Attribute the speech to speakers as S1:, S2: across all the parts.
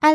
S1: 艾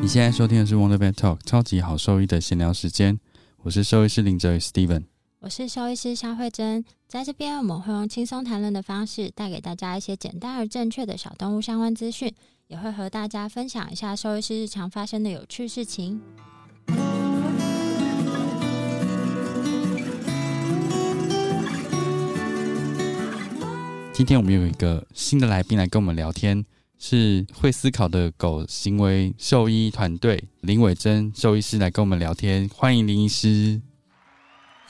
S2: 你现在收听的是 Wonder Vet Talk 超级好兽医的闲聊时间，我是兽医师林哲宇 Steven。
S1: 我是兽医师肖慧珍，在这边我们会用轻松谈论的方式，带给大家一些简单而正确的小动物相关资讯，也会和大家分享一下兽医师日常发生的有趣事情。
S2: 今天我们有一个新的来宾来跟我们聊天，是会思考的狗行为兽医团队林伟珍兽医师来跟我们聊天，欢迎林医师。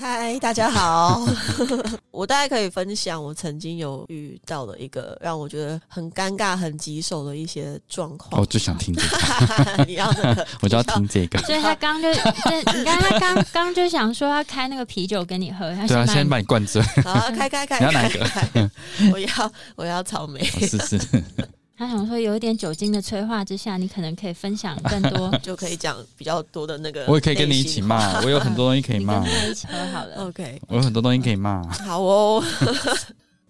S3: 嗨，大家好。 我大概可以分享我曾经有遇到的一个让我觉得很尴尬、很棘手的一些状
S2: 哦我
S3: 况。
S2: 就想 听这个，
S3: 你要那个，
S2: 我就要听这 个。
S1: 所以他刚就，就你刚他刚刚就想说要开那个啤酒给你喝，他
S2: 对啊，先
S1: 买
S2: 把你灌 醉。
S3: 好，开开开，
S2: 你要哪一
S3: 开
S2: 个
S3: 开我要我要草莓。
S2: 哦是是，
S1: 他想说有一点酒精的催化之下，你可能可以分享更 多
S3: ，就可以讲比较多的那个，
S2: 我也可以跟你一起。骂，我有很多东西可以
S1: 你跟
S2: 骂，
S1: 他一起喝好了。
S3: OK，
S2: 我有很多东西可以骂。
S3: 好哦。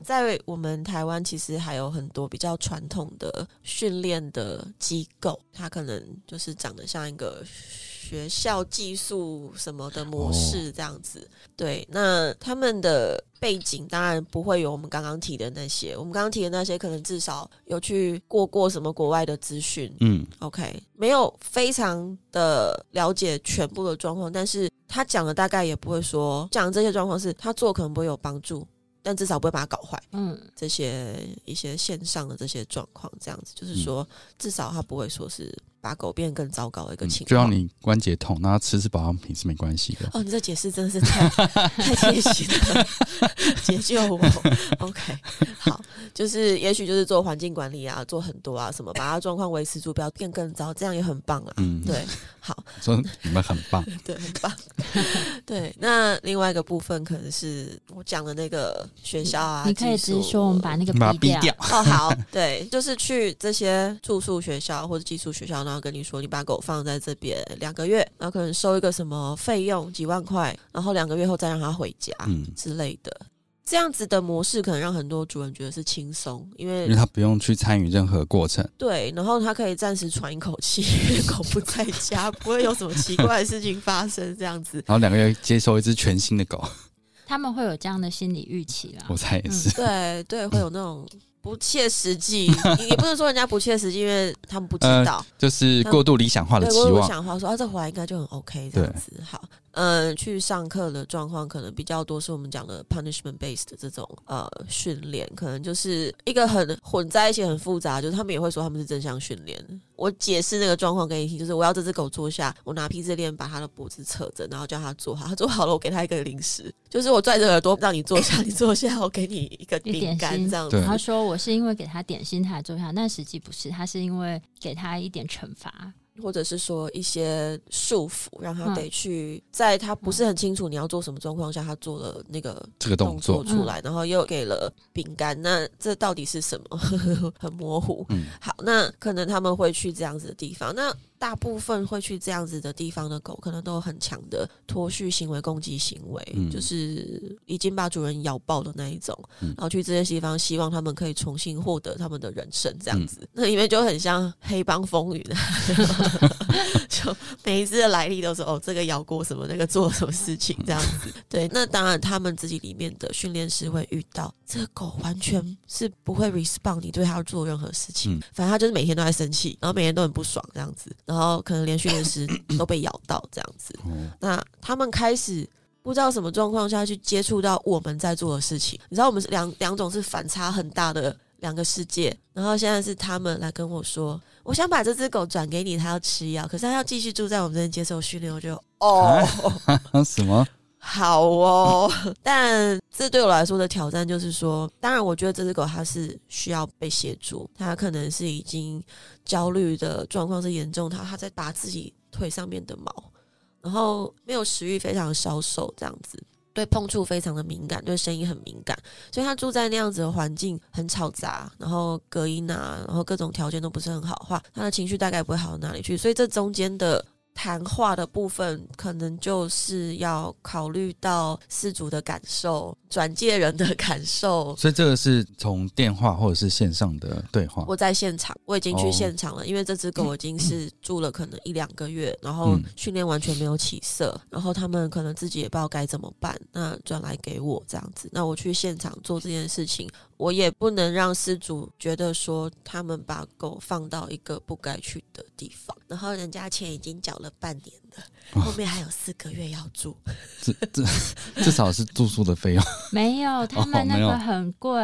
S3: 在我们台湾，其实还有很多比较传统的训练的机构，它可能就是长得像一个学校技术什么的模式这样子。对，那他们的背景当然不会有我们刚刚提的那些，我们刚刚提的那些可能至少有去过过什么国外的资讯，
S2: 嗯，
S3: OK，没有非常的了解全部的状况，但是他讲的大概也不会说讲这些状况是他做可能不会有帮助，但至少不会把它搞坏。
S1: 嗯，
S3: 这些一些线上的这些状况，这样子就是
S2: 嗯
S3: 说，至少他不会说是把狗变得更糟糕的一个
S2: 嗯
S3: 情
S2: 就
S3: 况。
S2: 让你关节痛，那吃吃保养品是没关系的。
S3: 哦，你这解释真的是 太太贴心了，解救我。OK，好，就是也许就是做环境管理啊，做很多啊什么，把它状况维持住，不要变更糟，这样也很棒啊。
S2: 嗯，
S3: 对，好。
S2: 说你们很 棒。
S3: 对，很棒。对，那另外一个部分可能是我讲的那个学校啊，
S1: 你可以直
S3: 技术
S1: 说，我们把那个
S2: 把它逼
S1: 掉。
S2: 掉，
S3: 哦好，对，就是去这些住宿学校或者寄宿学校，然后跟你说，你把狗放在这边两个月，然后可能收一个什么费用几万块，然后两个月后再让它回家、
S2: 嗯，
S3: 之类的。这样子的模式可能让很多主人觉得是轻松，因为
S2: 因为他不用去参与任何过程。
S3: 对，然后他可以暂时喘一口气，因为狗不在家，不会有什么奇怪的事情发生。这样子，
S2: 然后两个月接收一只全新的狗，
S1: 他们会有这样的心理预期啦。
S2: 我猜也 是。
S3: 对对，会有那种不切实际，也不能说人家不切实际，因为他们不知
S2: 呃
S3: 道。
S2: 就是过度理想化的
S3: 对，
S2: 期
S3: 我有
S2: 望，
S3: 想话说啊，这回来应该就很 OK 这样子。好，嗯，去上课的状况可能比较多，是我们讲的 punishment based 的这种呃训练，可能就是一个很混在一起、很复杂，就是他们也会说他们是正向训练。我解释那个状况给你听，就是我要这只狗坐下，我拿皮质链把它的脖子扯着，然后叫它坐好，它坐好了，我给它一个零食，就是我拽着耳朵让你坐下，你 坐下，我给你一个
S1: 一点
S3: 饼干
S1: 心
S3: 这样子
S2: 对
S1: 然。后说我是因为给他点心他才坐下，但实际不是，他是因为给他一点惩罚。
S3: 或者是说一些束缚，让他
S1: 嗯
S3: 得去在他不是很清楚你要做什么状况下，他做了那个
S2: 这个动
S3: 动作
S2: 作，
S3: 出来，然后又给了饼干，那这到底是什么？ 很模糊。
S2: 嗯，
S3: 好，那可能他们会去这样子的地方，那大部分会去这样子的地方的狗，可能都有很强的脱序行为、攻击行为，
S2: 嗯
S3: 就是已经把主人咬爆的那一种，
S2: 嗯
S3: 然后去这些地方，希望他们
S2: 嗯
S3: 可以重新获得他们的人生，这样子。那里面就很像黑帮风云啊， 就每一次的来历都是哦，这个咬过什么，那个做了什么事情这样子。对，那当然他们自己里面的训练师会遇到，这个狗完全是不会 respond 你对它做任何事情，
S2: 嗯
S3: 反正它就是每天都在生气，然后每天都很不爽这样子，然后可能连训练师都被咬到这样子。
S2: 哦，
S3: 那他们开始不知道什么状况下去接触到我们在做的事情，你知道我们是两两种是反差很大的两个世界，然后现在是他们来跟我说，我想把这只狗转给你，它要吃药，可是它要继续住在我们这边接受训练，我就哦。
S2: 啊什么？
S3: 好哦， 但这对我来说的挑战就是说，当然，我觉得这只狗它是需要被协助，它可能是已经焦虑的状况是严重到，它它在拔自己腿上面的毛，然后没有食欲，非常消瘦这样子，对碰触非常的敏感，对声音很敏感，所以它住在那样子的环境很吵杂，然后隔音啊，然后各种条件都不是很好的话，它的情绪大概也不会好到哪里去，所以这中间的谈话的部分，可能就是要考虑到事主的感受、转介人的感受。
S2: 所以这个是从电话或者是线上的对话。
S3: 我在现场，我已经去
S2: 哦
S3: 现场了，因为这只狗已经是住了可能一两个月，然后
S2: 嗯
S3: 训练完全没有起色，然后他们可能自己也不知道该怎么办，那转来给我这样子，那我去现场做这件事情，我也不能让失主觉得说他们把狗放到一个不该去的地方，然后人家钱已经缴了半年
S2: 啊
S3: 了，后面还有四个月要住，
S2: 至 至至少是住宿的费用，
S1: 没有，他们那
S2: 哦没有
S1: 个很贵，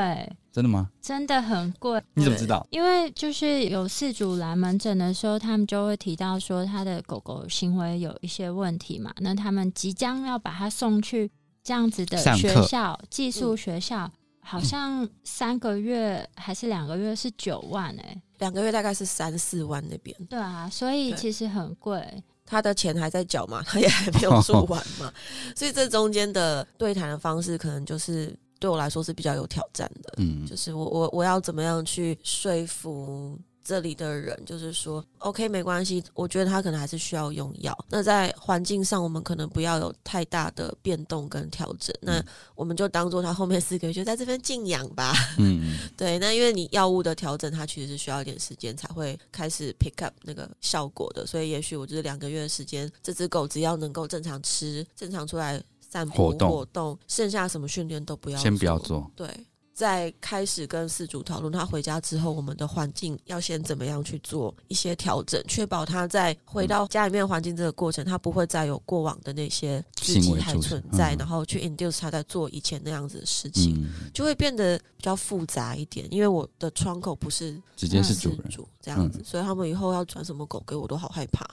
S2: 真的吗？
S1: 真的很贵。
S2: 你怎么知道？
S1: 因为就是有事主来门诊的时候，他们就会提到说他的狗狗行为有一些问题嘛，那他们即将要把它送去这样子的
S2: 上课
S1: 学校寄宿学校，好像三个月还是两个月是九万哎、
S3: 两个月大概是三四万那边，
S1: 对啊，所以
S3: 嗯对
S1: 其实很贵。
S3: 他的钱还在缴嘛， 他也还没有住完嘛，所以这中间的对谈的方式，可能就是对我来说是比较有挑战的。
S2: 嗯，
S3: 就是我我我要怎么样去说服这里的人，就是说，OK，没关系，我觉得他可能还是需要用药。那在环境上，我们可能不要有太大的变动跟调整，那
S2: 嗯
S3: 我们就当做他后面四个月就在这边静养吧。
S2: 嗯，
S3: 对，那因为你药物的调整，它其实是需要一点时间才会开始 pick up 那个效果的，所以也许我就是两个月的时间，这只狗只要能够正常吃、正常出来散步、
S2: 活动
S3: 剩下什么训练都不要，
S2: 嗯先不要。做。
S3: 对，在开始跟饲主讨论他回家之后，我们的环境要先怎么样去做一些调整，确保他在
S2: 嗯
S3: 回到家里面的环境这个过程，他不会再有过往的那些刺
S2: 行
S3: 激
S2: 为
S3: 还
S2: 出现
S3: 存在，
S2: 嗯
S3: 然后去 induce 他在做以前那样子的事情。
S2: 嗯，
S3: 就会变得比较复杂一点，因为我的窗口不是
S2: 直接是
S3: 自
S2: 主人。
S3: 主这样子，
S2: 嗯
S3: 所以他们以后要转什么狗给我都好害 怕。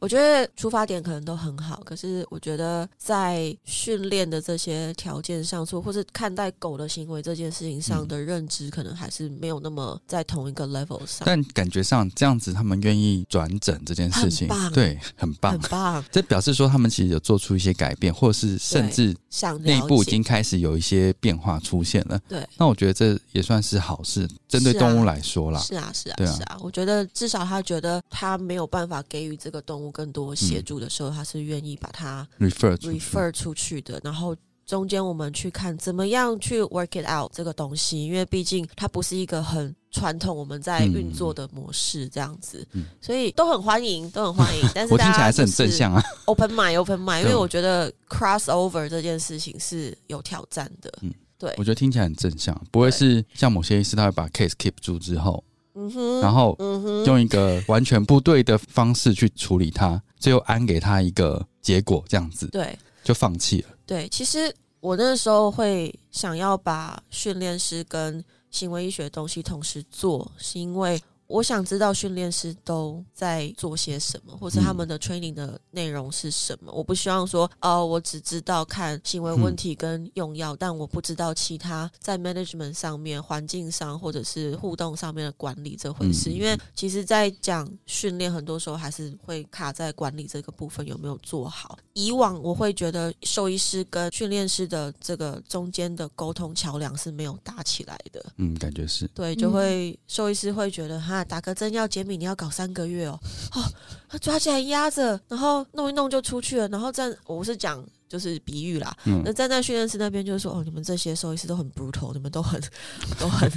S3: 我觉得出发点可能都很好，可是我觉得在训练的这些条件上，说或是看待狗的行为这件事情
S2: 嗯
S3: 上的认知，可能还是没有那么在同一个 level 上。
S2: 但感觉上这样子，他们愿意转诊这件事情
S3: 很棒，
S2: 对，很棒
S3: 很。棒，
S2: 这表示说他们其实有做出一些改变，或者是甚至
S3: 想
S2: 内
S3: 了
S2: 部已
S3: 解
S2: 经开始有一些变化出现了。
S3: 对，
S2: 那我觉得这也算是好事，针对
S3: 是啊
S2: 动物来说啦。
S3: 是啊，是啊，
S2: 对啊
S3: 是啊。我觉得至少他觉得他没有办法给予这个动物更多协助的时候，他是愿意把它
S2: refer 出去
S3: refer 出去的，然后。中间我们去看怎么样去 work it out 这个东西，因为毕竟它不是一个很传统我们在
S2: 嗯
S3: 运作的模式这样子，
S2: 嗯
S3: 所以都很欢迎，都很 欢迎。但是
S2: 我听
S3: 大
S2: 起来
S3: 家
S2: 还是很
S3: 就
S2: 正向啊。
S3: ，open mind open mind，因为
S2: 对
S3: 我觉得 cross over 这件事情是有挑战的。
S2: 嗯
S3: 对
S2: 我，觉得听起来很正向，不会是像某些医师他会把 case keep 住之后，
S3: 嗯哼，
S2: 然后
S3: 嗯哼，
S2: 用一个完全不对的方式去处理它，最后安给他一个结果，这样子
S3: 对，
S2: 就放弃了。
S3: 对，其实我那时候会想要把训练师跟行为医学的东西同时做，是因为我想知道训练师都在做些什么，或者他们的 training 的内容是什么。我不希望说，哦，我只知道看行为问题跟用药，但我不知道其他在 management 上面、环境上或者是互动上面的管理这回
S2: 嗯
S3: 事。
S2: 嗯嗯
S3: 因为其实，在讲训练，很多时候还是会卡在管理这个部分有没有做好。以往我会觉得兽医师跟训练师的这个中间的沟通桥梁是没有搭起来的。
S2: 嗯，感觉是
S3: 对，就会兽医师会觉得哈，打个针要减敏，你要搞三个月哦，哦，他抓起来压着，然后弄一弄就出去了，然后站，我是讲就是比喻啦，
S2: 嗯
S3: 那站在训练师那边就说哦，你们这些兽医师都很 brutal，你们都很都很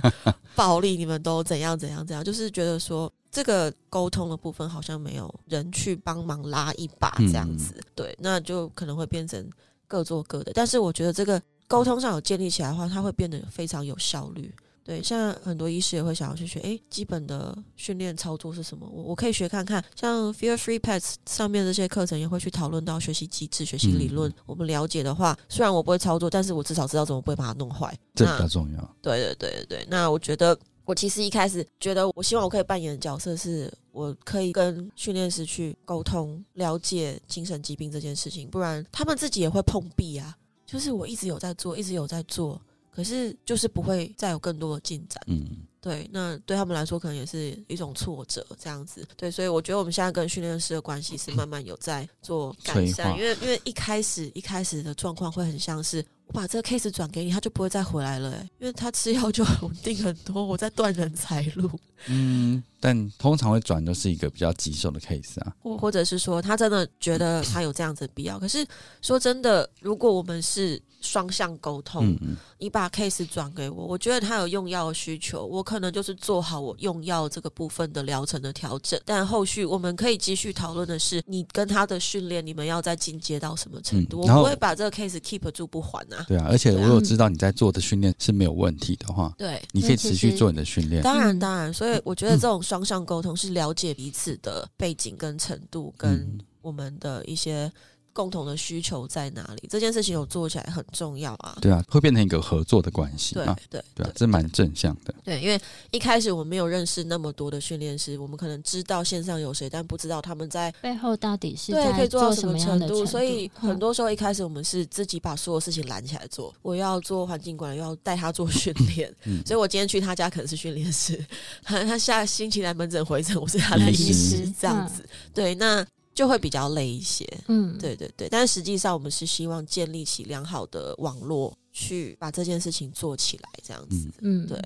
S3: 暴力，你们都怎样怎样怎样，就是觉得说这个沟通的部分好像没有人去帮忙拉一把这样子，对，那就可能会变成各做各的。但是我觉得这个沟通上有建立起来的话，它会变得非常有效率。对，像很多医师也会想要去学，诶，基本的训练操作是什么？我我可以学看看。像 Fear Free Pets 上面这些课程也会去讨论到学习机制、学习理论。我们了解的话，虽然我不会操作，但是我至少知道怎么不会把它弄坏。
S2: 这
S3: 那
S2: 比较重要。
S3: 对对对对对，那我觉得我其实一开始觉得，我希望我可以扮演的角色是，我可以跟训练师去沟通，了解精神疾病这件事情，不然他们自己也会碰壁啊。就是我一直有在做，一直有在做，可是就是不会再有更多的进展。
S2: 嗯，
S3: 对，那对他们来说可能也是一种挫折，这样子。对，所以我觉得我们现在跟训练师的关系是慢慢有在做改
S2: 催
S3: 善，
S2: 化
S3: 因为因为一开始一开始的状况会很像是我把这个 case 转给你，他就不会再回来了、欸，因为他吃药就稳定很多，我在断人财路，
S2: 嗯，但通常会转都是一个比较棘手的 case 啊。
S3: 或或者是说他真的觉得他有这样子的必要。可是说真的，如果我们是双向沟通，
S2: 嗯嗯，
S3: 你把 case 转给我，我觉得他有用药的需求，我可能就是做好我用药这个部分的疗程的调整。但后续我们可以继续讨论的是，你跟他的训练，你们要再进阶到什么程度？
S2: 嗯
S3: 我
S2: 然后
S3: 不会把这个 case keep 住不还啊。
S2: 对啊，而且我有知道你在做的训练是没有问题的话，
S3: 对，
S2: 你可以持续做你的训练。
S3: 嗯当然
S1: 嗯
S3: 当然，所以我觉得这种双向沟通是了解彼此的背景跟程度，跟
S2: 嗯
S3: 我们的一些共同的需求在哪里，这件事情有做起来很重要啊。
S2: 对啊，会变成一个合作的关系
S3: 对
S2: 啊。
S3: 对
S2: 对啊，这蛮正向的。
S3: 对，因为一开始我没有认识那么多的训练师，我们可能知道线上有谁，但不知道他们在
S1: 背后到底是
S3: 对可
S1: 在
S3: 以做到
S1: 做
S3: 什
S1: 么样
S3: 程
S1: 的程
S3: 所以很
S1: 嗯
S3: 多时候一开始我们是自己把所有事情揽起来做。我要做环境管理，又要带他 做训练，
S2: 嗯
S3: 所以我今天去他家可能是训练师，他下星期来门诊回诊，我是他的
S2: 医
S3: 医
S2: 师
S3: 师，这样
S1: 嗯
S3: 子。对，那就会比较累一些。
S1: 嗯，
S3: 对对对，但实际上我们是希望建立起良好的网络，去把这件事情做起来，这样子。
S1: 嗯
S3: 对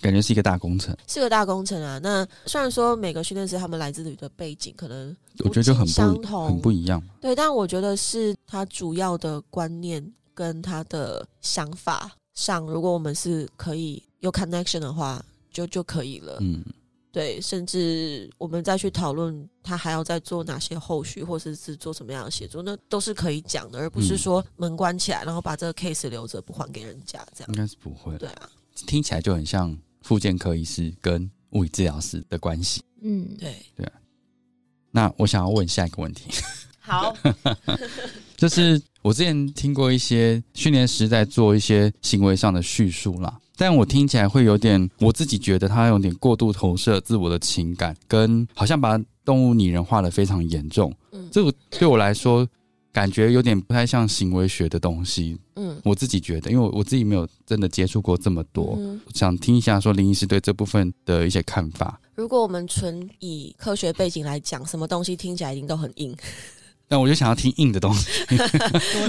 S2: 感觉是一个大工程，
S3: 是个大工程啊。那虽然说每个训练师他们来自的背景可能
S2: 我觉得就很
S3: 不尽相
S2: 不
S3: 同
S2: 很不一样。
S3: 对，但我觉得是他主要的观念跟他的想法上，如果我们是可以有 connection 的话，就就可以了。
S2: 嗯，
S3: 对，甚至我们再去讨论他还要再做哪些后续，或者是做什么样的协助，那都是可以讲的，而不是
S2: 嗯
S3: 说门关起来，然后把这个 case 留着不还给人家这样
S2: 应。该是不会。
S3: 对啊，
S2: 听起来就很像复健科医师跟物理治疗师的关系。
S1: 嗯，
S3: 对，
S2: 那我想要问下一个问题，
S3: 好，
S2: 就是我之前听过一些训练师在做一些行为上的叙述啦，但我听起来会有点，我自己觉得他有点过度投射自我的情感，跟好像把动物拟人化的非常严重。
S3: 嗯
S2: 这个对我来说，感觉有点不太像行为学的东西。
S3: 嗯，
S2: 我自己觉得，因为我我自己没有真的接触过这么多，
S3: 嗯
S2: 想听一下说林医师对这部分的一些看法。
S3: 如果我们纯以科学背景来讲，什么东西听起来一定都很硬。
S2: 但我就想要听硬的东西。
S1: 多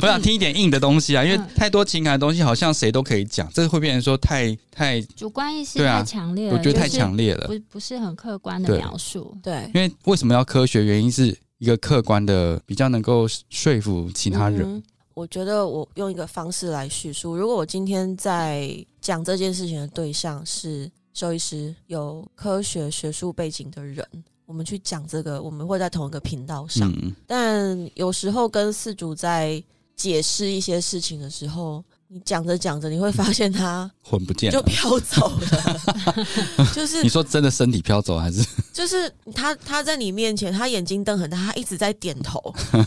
S2: 我想听一点硬的东西啊，因为
S1: 嗯
S2: 太多情感的东西好像谁都可以讲，这会变成说太太，
S1: 主观意识
S2: 对啊
S1: 太强烈了，
S2: 我觉得太
S1: 就是
S2: 强烈了。
S1: 不不是很客观的
S2: 对
S1: 描述，
S3: 对，
S2: 因为为什么要科学？原因是一个客观的，比较能够说服其他人。
S3: 嗯哼我觉得我用一个方式来叙述，如果我今天在讲这件事情的对象是兽医师，有科学学术背景的人，我们去讲这个，我们会在同一个频道上。
S2: 嗯，
S3: 但有时候跟饲主在解释一些事情的时候，你讲着讲着，你会发现 他
S2: 魂不见
S3: 就
S2: 了。
S3: 飘走了， 就是
S2: 你说真的身体飘走还是？
S3: 就是他他在你面前，他眼睛瞪很大，他一直在点头，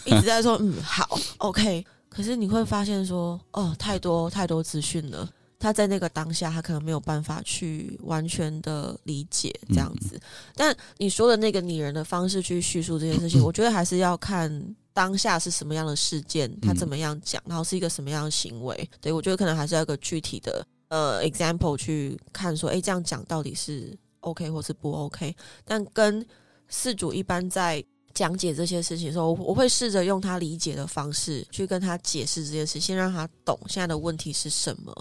S3: 一直在说嗯好 OK。可是你会发现说哦，太多太多资讯了。他在那个当下，他可能没有办法去完全的理解这样子。但你说的那个拟人的方式去叙述这件事情，我觉得还是要看当下是什么样的事件，他怎么样讲，然后是一个什么样的行为。对我觉得可能还是要有一个具体的呃 example 去看说，诶，这样讲到底是 OK 或是不 OK。但跟事主一般在讲解这些事情的时候，我我会试着用他理解的方式去跟他解释这件事，先让他懂现在的问题是什么，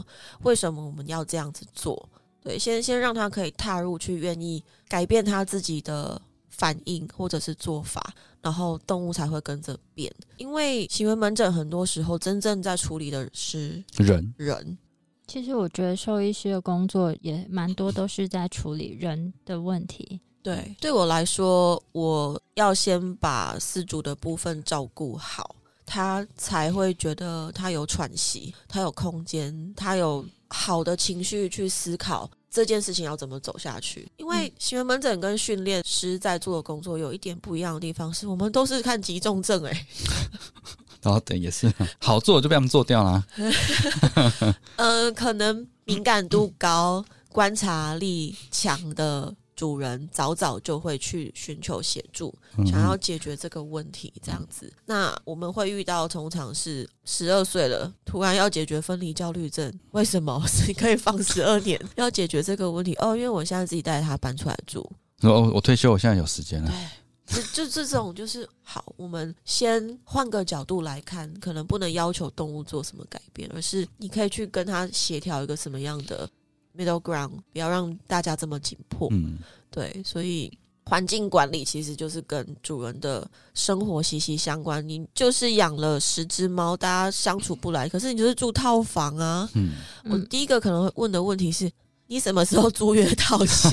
S3: 为什么我们要这样子做。对，先先让他可以踏入去，愿意改变他自己的反应或者是做法，然后动物才会跟着变。因为行为门诊很多时候真正在处理的是
S2: 人
S3: 人，
S1: 其实我觉得兽医师的工作也蛮多都是在处理人的问题，
S3: 对，对我来说，我要先把饲主的部分照顾好，他才会觉得他有喘息，他有空间，他有好的情绪去思考这件事情要怎么走下去。因为行为门诊跟训练师在做的工作有一点不一样的地方是，我们都是看急重症、欸，哎，
S2: 然后等也是嗯好做就被他们做掉了啊，
S3: 呃，可能敏感度高、观察力强的主人，早早就会去寻求协助，
S2: 嗯
S3: 想要解决这个问题，这样子。那我们会遇到，通常是十二岁了，突然要解决分离焦虑症，为什么？ 是可以放十二年，要解决这个问题哦，因为我现在自己带他搬出来住，
S2: 说哦，我退休，我现在有时间了，
S3: 就就这种，就是好，我们先换个角度来看，可能不能要求动物做什么改变，而是你可以去跟它协调一个什么样的 middle ground，不要让大家这么紧迫。
S2: 嗯，
S3: 对，所以环境管理其实就是跟主人的生活息息相关。你就是养了十只猫，大家相处不来，可是你就是住套房啊。
S2: 嗯，
S3: 我第一个可能会问的问题是。你什么时候租约到期？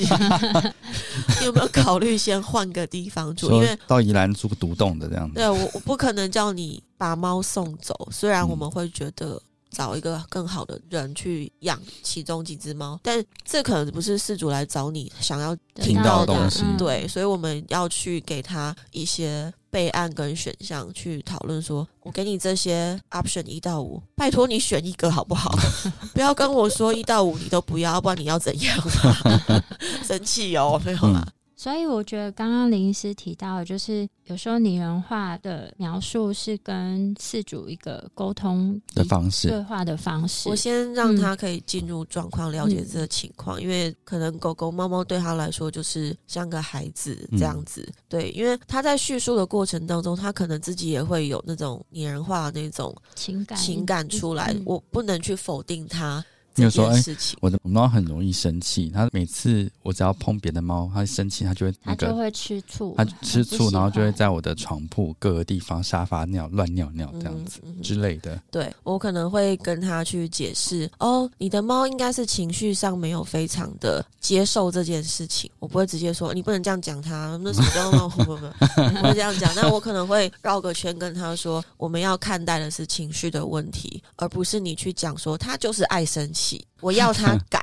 S3: 你有没有考虑先换个地方住？因
S2: 说
S3: 为
S2: 到宜兰住个独栋的这样子，
S3: 对啊我，我不可能叫你把猫送走。虽然我
S2: 嗯
S3: 们会觉得找一个更好的人去养其中几只猫，但这可能不是事主来找你想要
S2: 听
S3: 听
S2: 到的
S3: 到的。
S2: 东西
S1: 嗯
S3: 对，所以我们要去给他一些备案跟选项去讨论说，我给你这些 option 一到五，拜托你选一个好不好？ 不要跟我说一到五你都不要，不然你要怎样、 啊？生气哦，没有啦。
S2: 嗯
S1: 所以我觉得刚刚林医师提到，就是有时候拟人化的描述是跟饲主一个沟通
S2: 的方式，
S1: 对话的方式
S3: 我。先让它
S2: 嗯
S3: 可以进入状况，了解这个情况，因为可能狗狗、猫猫对它来说就是像个孩子这样
S2: 嗯
S3: 子。对，因为它在叙述的过程当中，它可能自己也会有那种拟人化的那种
S1: 情感
S3: 情感出来，
S1: 嗯
S3: 我不能去否定它
S2: 你
S3: 这
S2: 有说
S3: 件
S2: 哎
S3: 事情。
S2: 我的猫很容易生气，它每次我只要碰别的猫，它生气，它就会那
S1: 他就
S2: 个。
S1: 会吃醋，
S2: 它吃
S1: 不
S2: 醋，
S1: 喜
S2: 然后就会
S1: 欢
S2: 在我的床铺各个地方、沙发尿乱尿尿这样子
S3: 嗯嗯
S2: 之类的。
S3: 对我可能会跟他去解释哦，你的猫应该是情绪上没有非常的接受这件事情，我不会直接说你不能这样讲它，那什么叫猫？不 不不，我会这样讲，但我可能会绕个圈跟他说，我们要看待的是情绪的问题，而不是你去讲说它就是爱生气，我要它改，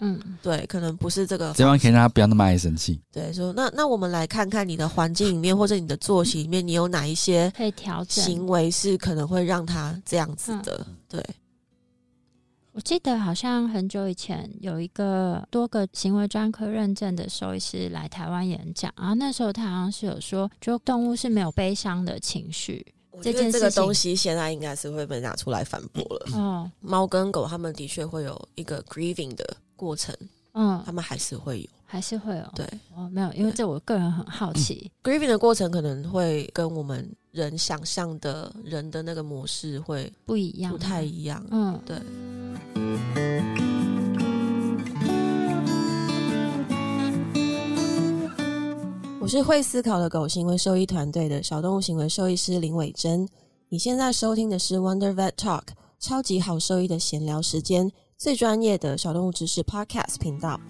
S1: 嗯，
S3: 对，可能不是这个
S2: 这样可以让它不要那么爱生气。
S3: 对，说那那我们来看看你的环境里面或者你的作息里面，你有哪一些
S1: 可以调整。
S3: 行为是可能会让它这样子的，对。
S1: 我记得好像很久以前有一个多个行为专科认证的兽医师来台湾演讲，然后那时候他好像是有说，就动物是没有悲伤的情绪。
S3: 我
S1: 这
S3: 觉
S1: 件
S3: 得这
S1: 事
S3: 个
S1: 情
S3: 东西现在应该是会被拿出来反驳了。
S1: 哦，
S3: 猫跟狗它们的确会有一个 grieving 的过程，
S1: 嗯
S3: 它，们还是会有。
S1: 还是会有。
S3: 对
S1: 哦，没有，因为这我个人很好奇。
S3: grieving 的过程可能会跟我们人想象的人的那个模式会
S1: 不一样，
S3: 不太一样。
S1: 嗯，
S3: 对，我是会思考的狗行为兽医团队的小动物行为兽医师林伟珍。你现在收听的是 Wonder Vet Talk 超级好兽医的闲聊时间，最专业的小动物知识 Podcast 频道。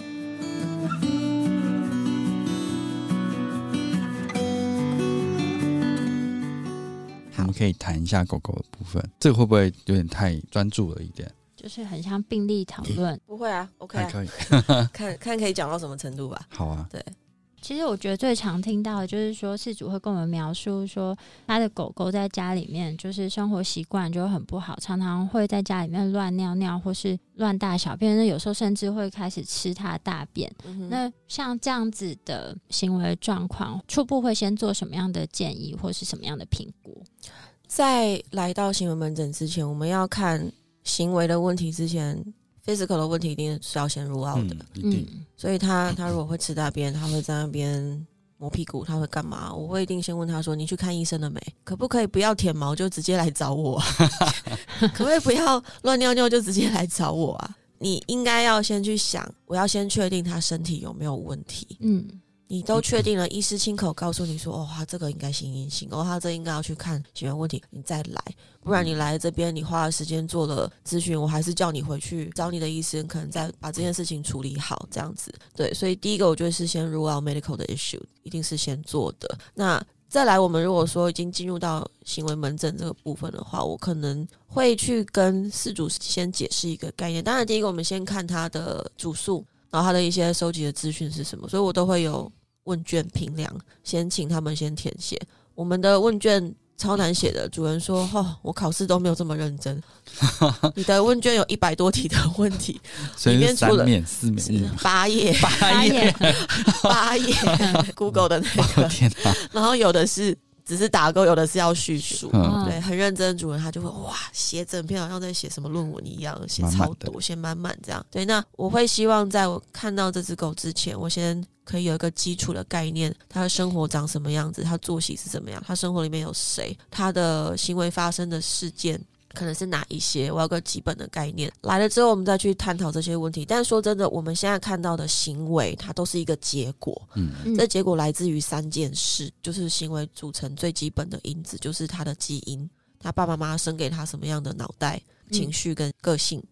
S2: 我们可以谈一下狗狗的部分，这个会不会有点太专注了一点？
S1: 就是很像病例讨论。
S3: 不会啊，OK
S2: 还可以，
S3: 看看可以讲到什么程度吧。
S2: 好 啊，
S1: 其实我觉得最常听到的就是说，事主会跟我们描述说，他的狗狗在家里面就是生活习惯就很不好，常常会在家里面乱尿尿或是乱大小便，那有时候甚至会开始吃它的大便。
S3: 那
S1: 那像这样子的行为状况，初步会先做什么样的建议或是什么样的评估？
S3: 在来到行为门诊之前，我们要看行为的问题之前，physical 的问题一定是要先入奥的。
S2: 嗯，一定，
S1: 嗯
S3: 所以他他如果会吃大便，他会在那边磨屁股，他会干嘛？我会一定先问他说：“你去看医生了没？可不可以不要舔毛就直接来找我、 啊？可不可以不要乱尿尿就直接来找 我啊？”你应该要先去想，我要先确定他身体有没有问题。
S1: 嗯
S3: 你都确定了，医师亲口告诉你说，哦，他这个应该行阴性，哦，他这应该要去看血缘问题，你再来，不然你来这边，你花了时间做了咨询，我还是叫你回去找你的医生，可能再把这件事情处理好，这样子。对，所以第一个我觉得是先 rule out medical 的 issue，一定是先做的。那再来，我们如果说已经进入到行为门诊这个部分的话，我可能会去跟事主先解释一个概念。当然，第一个我们先看他的主诉，然后他的一些收集的资讯是什么，所以我都会有问卷评量，先请他们先填写。我们的问卷超难写的，主人说：“哦，我考试都没有这么认 真。你的问卷有一百多题的问题，
S2: 所以
S3: 里
S2: 是
S3: 面除
S2: 三
S3: 了
S2: 面四面嗯
S3: 是
S2: 五
S3: 嗯八页，
S1: 发言
S3: 八页 Google 的那
S2: 我
S3: 个，
S2: 天哪！
S3: 然后有的是只是打勾，有的是要叙述。
S2: 嗯，
S1: 嗯
S3: 对，很认真的主人，他就会哇，写整篇好像在写什么论文一样，写
S2: 满满
S3: 超
S2: 的
S3: 多，写满满这样。对，那我会希望在我看到这只狗之前，我先可以有一个基础的概念，它的生活长什么样子，它作息是怎么样，它生活里面有谁，它的行为发生的事件。可能是哪一些？我有个基本的概念。来了之后，我们再去探讨这些问题。但说真的，我们现在看到的行为，它都是一个结果。
S2: 嗯，
S1: 嗯
S3: 这结果来自于三件事，就是行为组成最基本的因子，就是他的基因，他爸爸妈妈生给他什么样的脑袋、
S1: 嗯
S3: 情绪跟个性。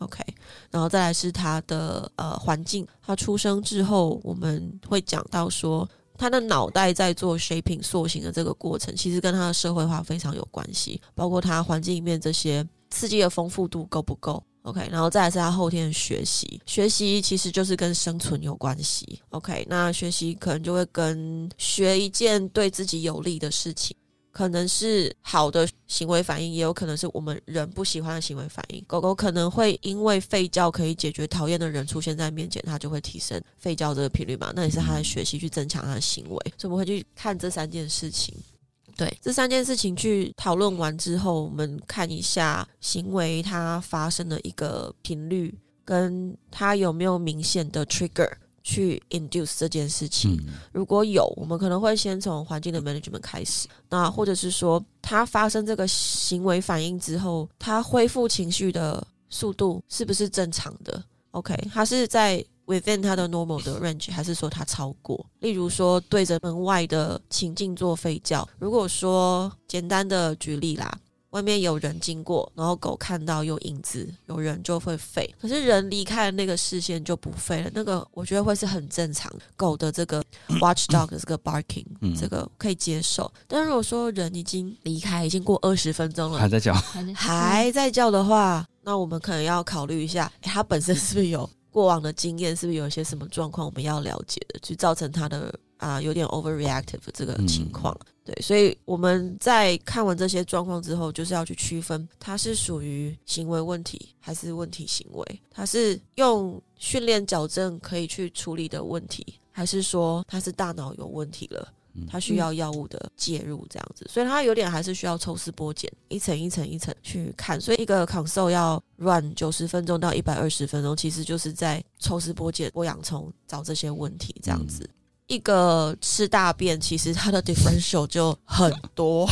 S3: OK，然后再来是他的呃环境，他出生之后，我们会讲到说。他的脑袋在做 shaping 塑形的这个过程，其实跟他的社会化非常有关系，包括他环境里面这些刺激的丰富度够不够？OK，然后再来是他后天的学习，学习其实就是跟生存有关系。OK，那学习可能就会跟学一件对自己有利的事情。可能是好的行为反应，也有可能是我们人不喜欢的行为反应。狗狗可能会因为吠叫可以解决讨厌的人出现在面前，它就会提升吠叫这个频率嘛，那也是它的学习去增强它的行为。所以我们会去看这三件事情。对这三件事情去讨论完之后，我们看一下行为它发生的一个频率，跟它有没有明显的 trigger 去 induce 这件事情。
S2: 嗯
S3: 如果有，我们可能会先从环境的 management 开始，那或者是说，他发生这个行为反应之后，他恢复情绪的速度是不是正常的？OK，他是在 within 他的 normal 的 range，还是说他超过？例如说对着门外的情境做吠叫，如果说简单的举例啦。外面有人经过，然后狗看到有影子，有人就会吠。可是人离开了那个视线就不吠了，那个我觉得会是很正常。狗的这个 watchdog 的这个 barking，、
S2: 嗯
S3: 这个可以接受。但是如果说人已经离开，已经过二十分钟
S2: 还
S3: 了，
S2: 在讲，
S3: 还在叫的话，那我们可能要考虑一下，诶它本身是不是有过往的经验，是不是有一些什么状况我们要了解的，去造成它的啊、有点 overreactive 的这个情况。对，所以我们在看完这些状况之后，就是要去区分它是属于行为问题还是问题行为，它是用训练矫正可以去处理的问题，还是说它是大脑有问题了
S2: 嗯。
S3: 它需要药物的介入，这样子，所以它有点还是需要抽丝剥茧，一层一层一层去看。所以一个 console 要 run 九十分钟到一百二十分钟，其实就是在抽丝剥茧、剥洋葱，找这些问题，这样
S2: 嗯
S3: 子。一个吃大便，其实它的 differential 就很多，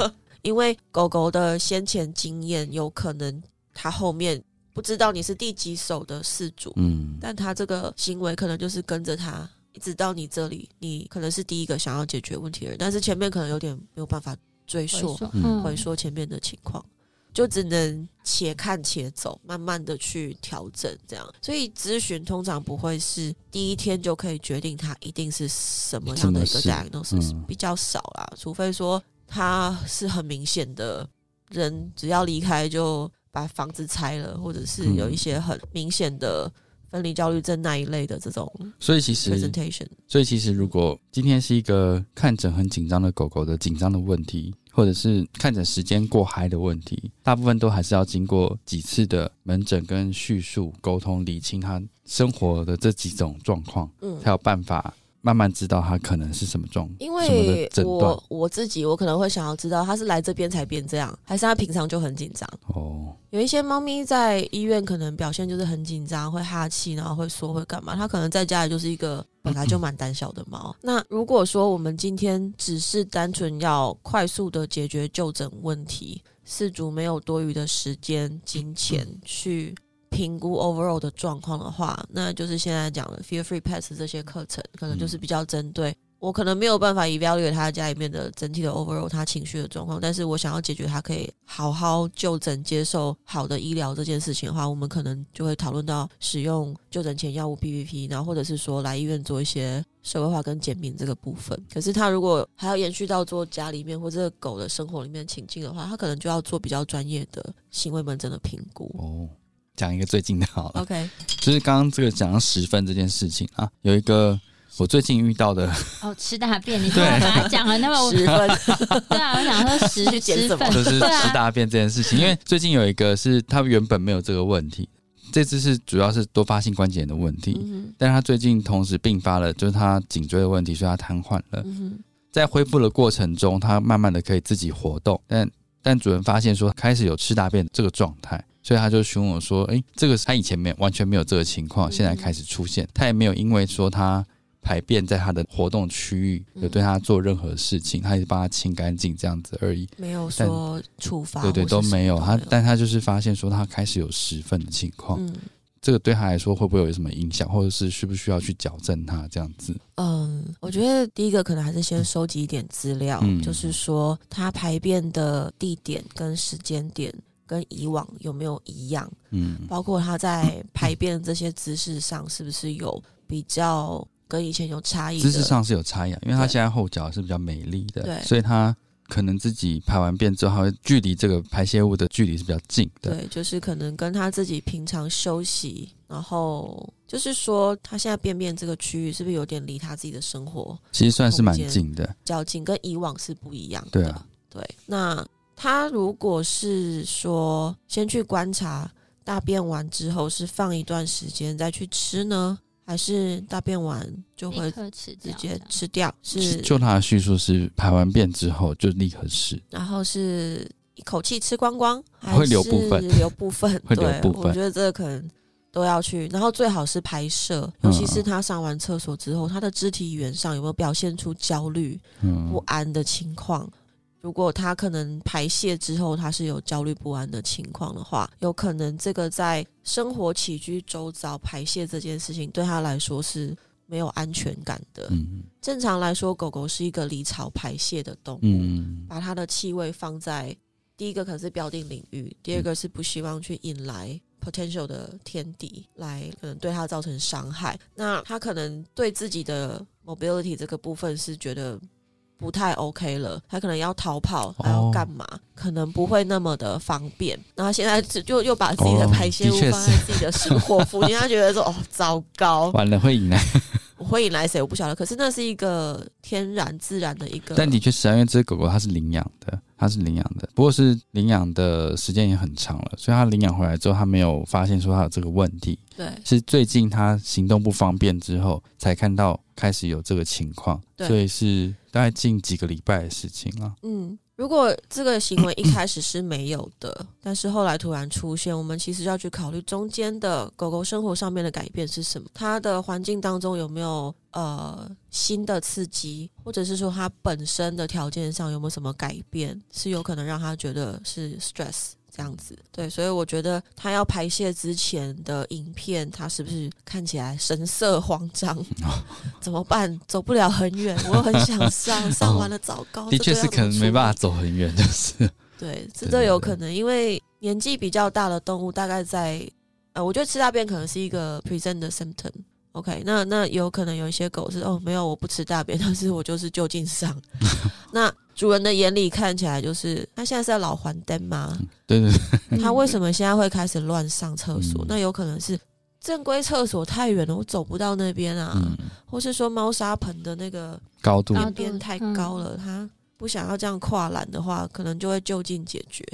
S2: 嗯
S3: 因为狗狗的先前经验有可能它后面不知道你是第几手的饲主，
S2: 嗯，
S3: 但它这个行为可能就是跟着它。一直到你这里，你可能是第一个想要解决问题的人，但是前面可能有点没有办法追溯，
S2: 嗯
S3: 回说前面的情况，就只能且看且走，慢慢的去调整这样。所以咨询通常不会是第一天就可以决定他一定是什么样的一个
S2: 真的
S3: diagnosis，、
S2: 嗯
S3: 比较少啦，除非说他是很明显的人，只要离开就把房子拆了，或者是有一些很明显的。分离焦虑症那一类的这种
S2: 所以其实
S3: presentation，
S2: 所以其实，如果今天是一个看诊很紧张的狗狗的紧张的问题，或者是看诊时间过嗨的问题，大部分都还是要经过几次的门诊跟叙述沟通，理清它生活的这几种状况，
S3: 嗯
S2: 才有办法慢慢知道它可能是什么状，
S3: 因
S2: 什么
S3: 为
S2: 的诊断
S3: 我我自己，我可能会想要知道他是来这边才变这样，还是他平常就很紧张。
S2: 哦，
S3: 有一些猫咪在医院可能表现就是很紧张，会哈气，然后会缩，会干嘛？它可能在家里就是一个本来就蛮胆小的猫。那如果说我们今天只是单纯要快速的解决就诊问题，饲主没有多余的时间、金钱去评估 overall 的状况的话，那就是现在讲的 fear free pass 这些课程，可能就是比较针对、我可能没有办法 evaluate 他家里面的整体的 overall 他情绪的状况，但是我想要解决他可以好好就诊、接受好的医疗这件事情的话，我们可能就会讨论到使用就诊前药物 PPP，然后或者是说来医院做一些社会化跟减免这个部分。可是他如果还要延续到做家里面或者狗的生活里面情境的话，他可能就要做比较专业的行为门诊的评估。
S2: 哦，讲一个最近的好了，
S3: OK，
S2: 就是刚刚这个讲到十分这件事情啊，有一个我最近遇到的，
S1: 哦，吃大便，你
S2: 对
S1: 把它讲 了那么
S3: 十分
S1: 对啊，我想 说
S3: 去
S1: 十
S3: 捡
S1: 十
S3: 什么
S1: 份，
S2: 就是
S1: 对
S2: 吃
S1: 啊，
S2: 大便这件事情，因为最近有一个是他原本没有这个问题，这次是主要是多发性关节炎的问题，
S3: 嗯
S2: 但是他最近同时并发了就是他颈椎的问题，所以他瘫痪了
S3: 哼。嗯哼
S2: 在恢复的过程中，他慢慢的可以自己活动，但但主人发现说开始有吃大便这个状态，所以他就询问我说：“诶，这个是他以前没有完全没有这个情况，
S3: 嗯
S2: 现在开始出现。他也没有因为说他排便在他的活动区域
S3: 嗯
S2: 有对他做任何事情，他也帮他清干净这样子而已。”
S3: 没有
S2: 但
S3: 说处罚或
S2: 对
S3: 是什
S2: 对，
S3: 么，
S2: 都没有他，但
S3: 他
S2: 他就是发现说他开始有十分的情况，
S3: 嗯
S2: 这个对他来说会不会有什么影响，或者是需不需要去矫正他这样子？
S3: 嗯，我觉得第一个可能还是先收集一点资料，
S2: 嗯
S3: 就是说他排便的地点跟时间点。跟以往有没有一样？
S2: 嗯，
S3: 包括他在排便这些姿势上，是不是有比较跟以前有差异？
S2: 姿势，上是有差异啊，因为他
S3: 对
S2: 现在后脚是比较美丽的，
S3: 对
S2: 所以他可能自己排完便之后，他会距离这个排泄物的距离是比较近的。
S3: 对，就是可能跟他自己平常休息，然后就是说他现在便便这个区域是不是有点离他自己的生活
S2: 其实算是蛮
S3: 空间
S2: 近的，
S3: 较劲，跟以往是不一样的。
S2: 对啊，
S3: 对，那他如果是说先去观察大便完之后是放一段时间再去吃呢，还是大便完就
S1: 立
S3: 会
S1: 刻吃
S3: 直
S1: 掉
S3: 接
S1: 这样
S3: 吃掉？是，
S2: 就他的叙述是排完便之后就立刻吃，
S3: 然后是一口气吃光光，还
S2: 会留部分
S3: 是留部分
S2: 会留
S3: 对
S2: 部分
S3: 我觉得这个可能。都要去，然后最好是拍摄，尤其
S2: 嗯
S3: 是他上完厕所之后，他的肢体语言上有没有表现出焦虑？
S2: 嗯
S3: 不，安的情况。如果他可能排泄之后，他是有焦虑不安的情况的话，有可能这个在生活起居周遭排泄这件事情对他来说是没有安全感的。
S2: 嗯
S3: 正常来说，狗狗是一个离巢排泄的动物，
S2: 嗯
S3: 把它的气味放在第一个可能是标定领域，第
S2: 嗯
S3: 二个是不希望去引来 potential 的天敌来可能对它造成伤害。那它可能对自己的 mobility 这个部分是觉得不太 OK 了，它可能要逃跑，还
S2: 哦
S3: 要干嘛？可能不会那么的方便。然后现在就就又把自己的
S2: 哦
S3: 排泄
S2: 的
S3: 物
S2: 确是
S3: 放在自己的生活附近， 它觉得说哦糟糕，
S2: 完了会引来，
S3: 我会引来谁我不晓得。可是那是一个天然自然的一个，
S2: 但的确是啊，因为这只狗狗它是领养的，它是领养的，不过是领养的时间也很长了，所以它领养回来之后，它没有发现说它有这个问题，
S3: 对。
S2: 是最近他行动不方便之后，才看到开始有这个情况，
S3: 对
S2: 所以是大概近几个礼拜的事情了。
S3: 嗯，如果这个行为一开始是没有的，但是后来突然出现，我们其实要去考虑中间的狗狗生活上面的改变是什么，它的环境当中有没有呃新的刺激，或者是说它本身的条件上有没有什么改变，是有可能让它觉得是 stress。这样子，对，所以我觉得它要排泄之前的影片，它是不是看起来神色慌张？ 怎么办？走不了很远，我又很想上，上完了糟糕。
S2: 的确是可能没办法
S3: 法。
S2: 走很远，就是
S3: 对，
S2: 对
S3: 这都
S2: 对
S3: 有
S2: 对
S3: 可能，因为年纪比较大的动物，大概在呃，我觉得吃大便可能是一个 present 的 symptom。OK，那那有可能有一些狗是哦，没有，我不吃大便，但 是我就是就 近上。那主人的眼里看起来就是，他现在是在老还灯吗？
S2: 嗯对对对，
S3: 他为什么现在会开始乱上厕所？
S2: 嗯
S3: 那有可能是正规厕所太远了，我走不到那边啊，
S2: 嗯，
S3: 或是说猫砂盆的那个
S2: 高度，
S1: 高
S3: 边
S1: 度
S3: 边太
S1: 嗯
S3: 高了，它不想要这样跨栏的话，可能就会就近解决。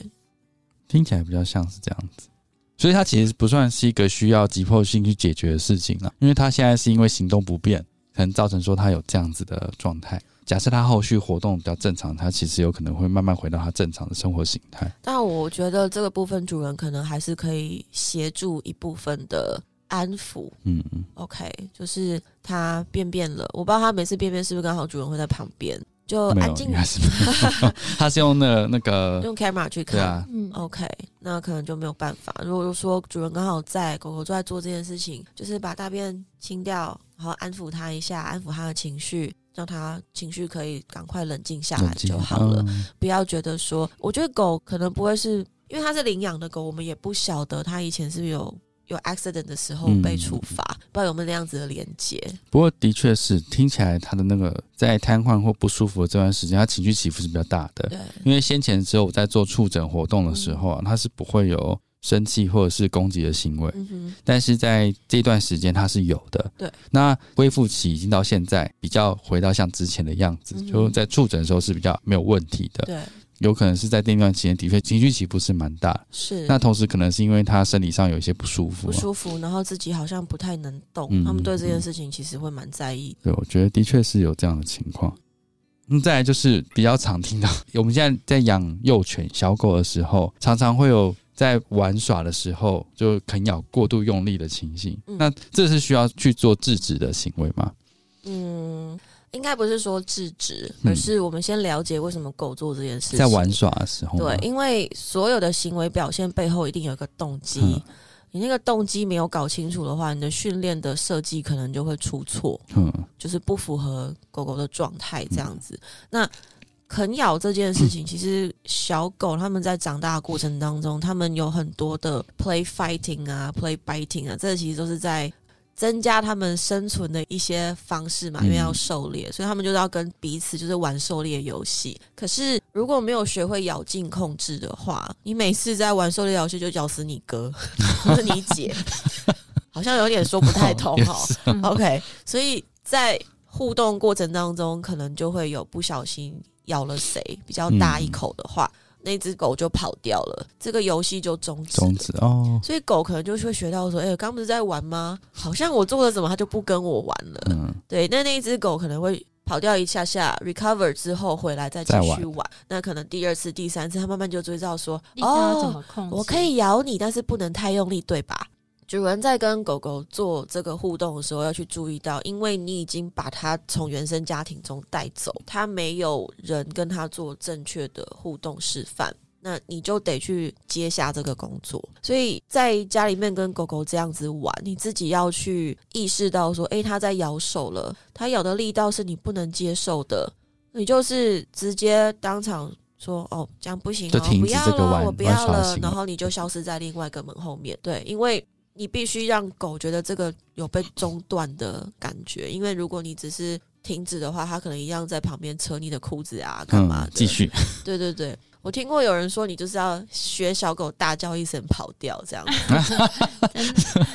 S2: 听起来比较像是这样子，所以它其实不算是一个需要急迫性去解决的事情了，因为它现在是因为行动不便，可能造成说它有这样子的状态。假设它后续活动比较正常，它其实有可能会慢慢回到它正常的生活形态。
S3: 但我觉得这个部分主人可能还是可以协助一部分的安抚。
S2: 嗯嗯，
S3: OK，就是它便便了，我不知道它每次便便是不是刚好主人会在旁边，就
S2: 没
S3: 嗯安
S2: 有，
S3: 静
S2: 应该是没 有，他是用那那个
S3: 用 camera 去
S2: 对
S3: 看。
S2: 啊，
S1: 嗯，
S3: OK，那可能就没有办法。如果说主人刚好在，狗狗就在做这件事情，就是把大便清掉，然后安抚它一下，安抚它的情绪，让它情绪可以赶快冷静下来
S2: 冷静
S3: 就好了。
S2: 嗯
S3: 不要觉得说，我觉得狗可能不会是因为它是领养的狗，我们也不晓得它以前是不是有有 accident 的时候
S2: 嗯
S3: 被处罚，不知道有没有那样子的连接。
S2: 不过的确是听起来他的那个在瘫痪或不舒服的这段时间，他情绪起伏是比较大的。
S3: 对，
S2: 因为先前只有在做触诊活动的时候啊，他是不会有生气或者是攻击的行为，
S3: 嗯哼，
S2: 但是在这段时间他是有的。
S3: 对，
S2: 那恢复期已经到现在，比较回到像之前的样子，
S3: 嗯哼
S2: 就在触诊的时候是比较没有问题的。
S3: 对，
S2: 有可能是在那段期间的确情绪起伏是蛮大，
S3: 是。
S2: 那同时可能是因为他生理上有一些不舒服、
S3: 不
S2: 啊。
S3: 舒服，然后自己好像不太能动，
S2: 嗯
S3: 他们对
S2: 嗯
S3: 这件事情其实会蛮在意
S2: 对，我觉得的确是有这样的情况。嗯，再来就是比较常听到，我们现在在养幼犬、小狗的时候，常常会有在玩耍的时候就啃咬过度用力的情形。
S3: 嗯
S2: 那这是需要去做制止的行为吗？
S3: 嗯，应该不是说制止，
S2: 嗯
S3: 而是我们先了解为什么狗做这件事情。
S2: 在玩耍的时候吗，
S3: 对，因为所有的行为表现背后一定有一个动机，
S2: 嗯
S3: 你那个动机没有搞清楚的话，你的训练的设计可能就会出错，
S2: 嗯，
S3: 就是不符合狗狗的状态这样子。那啃咬这件事情，其实小狗它们在长大的过程当中，它们有很多的 play fighting 啊、play biting 啊，这其实都是在增加它们生存的一些方式嘛，
S2: 嗯
S3: 因为要狩猎，所以它们就是要跟彼此就是玩狩猎游戏。可是如果没有学会咬劲控制的话，你每次在玩狩猎游戏就咬死你哥 或者你姐， 好像有点说不太通
S2: 也
S3: 哦。
S2: 是
S3: OK，所以在互动过程当中，可能就会有不小心咬了谁比较大一口的话，那只狗就跑掉了，这个游戏就终止了。
S2: 种子哦，
S3: 所以狗可能就会学到说：“哎、我刚不是在玩吗？好像我做了什么，它就不跟我玩了。
S2: 嗯，
S3: 对，那那一只狗可能会跑掉一下下，recover 之后回来再继
S2: 再
S3: 续
S2: 玩
S3: 玩。那可能第二次、第三次，它慢慢就追到说：
S1: 力道怎
S3: 哦，
S1: 么控制？
S3: 我可以咬你，但是不能太用力，对吧？主人在跟狗狗做这个互动的时候，要去注意到，因为你已经把它从原生家庭中带走，它没有人跟它做正确的互动示范，那你就得去接下这个工作。所以在家里面跟狗狗这样子玩，你自己要去意识到说，诶，它在咬手了，它咬的力道是你不能接受的，你就是直接当场。说哦，这样不行、哦，
S2: 就停
S3: 不
S2: 止
S3: 要
S2: 这个
S3: 了，
S2: 玩
S3: 我不
S2: 玩
S3: 要
S2: 耍的
S3: 了
S2: 行，为
S3: 然后你就消失在另外一个门后面。对，因为你必须让狗觉得这个有被中断的感觉，因为如果你只是停止的话，它可能一样在旁边扯你的裤子啊，干嘛的
S2: 嗯，继。续，
S3: 对对对，我听过有人说，你就是要学小狗大叫一声跑掉这样。
S1: 真的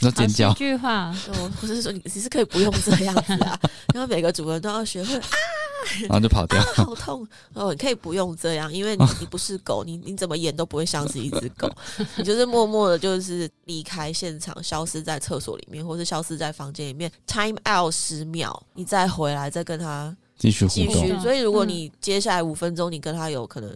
S2: 那 尖
S1: 好
S2: 叫
S3: 啊
S1: 戏，剧化，
S3: 对我不是说你，其实可以不用这样子啊，因为每个主人都要学会
S2: 然后就跑掉
S3: 啊，，好痛！哦，你可以不用这样，因为你你不是狗，你你怎么演都不会像是一只狗，你就是默默的，就是离开现场，消失在厕所里面，或是消失在房间里面，time out 十秒，你再回来再跟它
S2: 继续互
S3: 继
S2: 动
S1: 互，
S3: 续。
S1: 动
S3: 所以如果你接下来五分钟，你跟它有可能。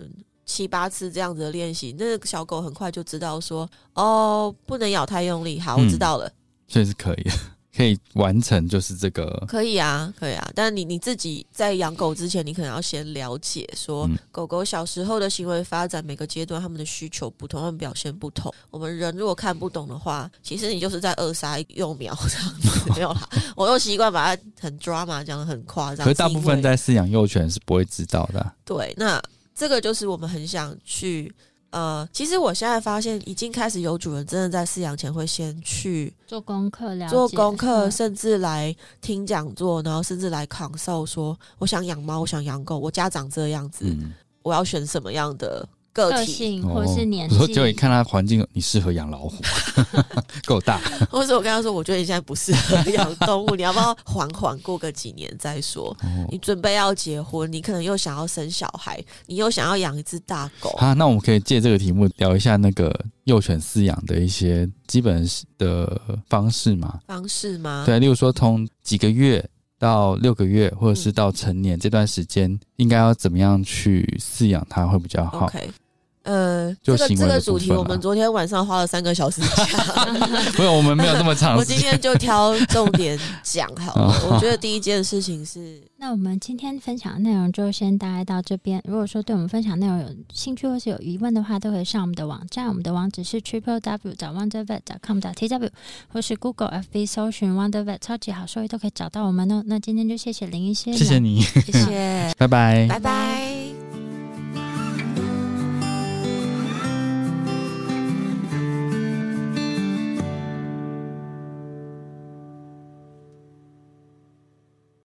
S3: 七八次这样子的练习，那个小狗很快就知道说，哦，不能咬太用力。好，我
S2: 嗯
S3: 知道了，
S2: 所以是可以的，可以完成就是这个
S3: 可以啊，可以啊，但你你自己在养狗之前，你可能要先了解说，
S2: 嗯
S3: 狗狗小时候的行为发展，每个阶段它们的需求不同，它们表现不同。我们人如果看不懂的话，其实你就是在扼杀幼苗这 样子，没有啦。我又习惯把它很 drama 讲的很夸张，
S2: 可是大
S3: 因
S2: 部分
S3: 为
S2: 在饲养幼犬是不会知道的啊、
S3: 对，那这个就是我们很想去。呃，其实我现在发现，已经开始有主人真的在饲养前会先去
S1: 做功课了解，
S3: 做功课，
S1: 嗯
S3: 甚至来听讲座，然后甚至来 consult 说，我想养猫，我想养狗，我家长这样子，
S2: 嗯，
S3: 我要选什么样的个
S1: 个
S3: 体，
S1: 性或是年
S2: 哦我说结果一
S1: 纪，
S2: 看它环境，你适合养老虎， 够大，
S3: 或者我跟他说，我觉得你现在不适合养动物，你要不要缓缓过个几年再说？
S2: 哦
S3: 你准备要结婚，你可能又想要生小孩，你又想要养一只大狗，
S2: 啊，那我们可以借这个题目聊一下那个幼犬饲养的一些基本的方式嘛？
S3: 方式
S1: 嗯
S3: 吗？
S2: 对，例如说从几个月到六个月，或者
S1: 嗯
S2: 是到成年这段时间，应该要怎么样去饲养它会比较好
S3: OK，呃，
S2: 就
S3: 这个
S2: 行为
S3: 这
S2: 的
S3: 个
S2: 部
S3: 主题，
S2: 分
S3: 我
S2: 啦
S3: 们昨天晚上花了三个小 时讲，
S2: 没有，我们没有这么长
S3: 我
S2: 时
S3: 今
S2: 间。。
S3: 天就挑重点讲好了 我觉得第一件事情是，
S1: 那我们今天分享的内容就先大概到这边。如果说对我们分享内容有兴趣或是有疑问的话，都可以上我们的网站，我们的网址是 triple w 找 wondervet com 找 t w，或是 Google FB 搜寻 wondervet 超级好兽医都可以找到我们哦。那今天就谢谢林医师，
S2: 谢谢你，
S1: 谢谢
S3: 谢，
S2: 拜拜。
S3: 拜拜。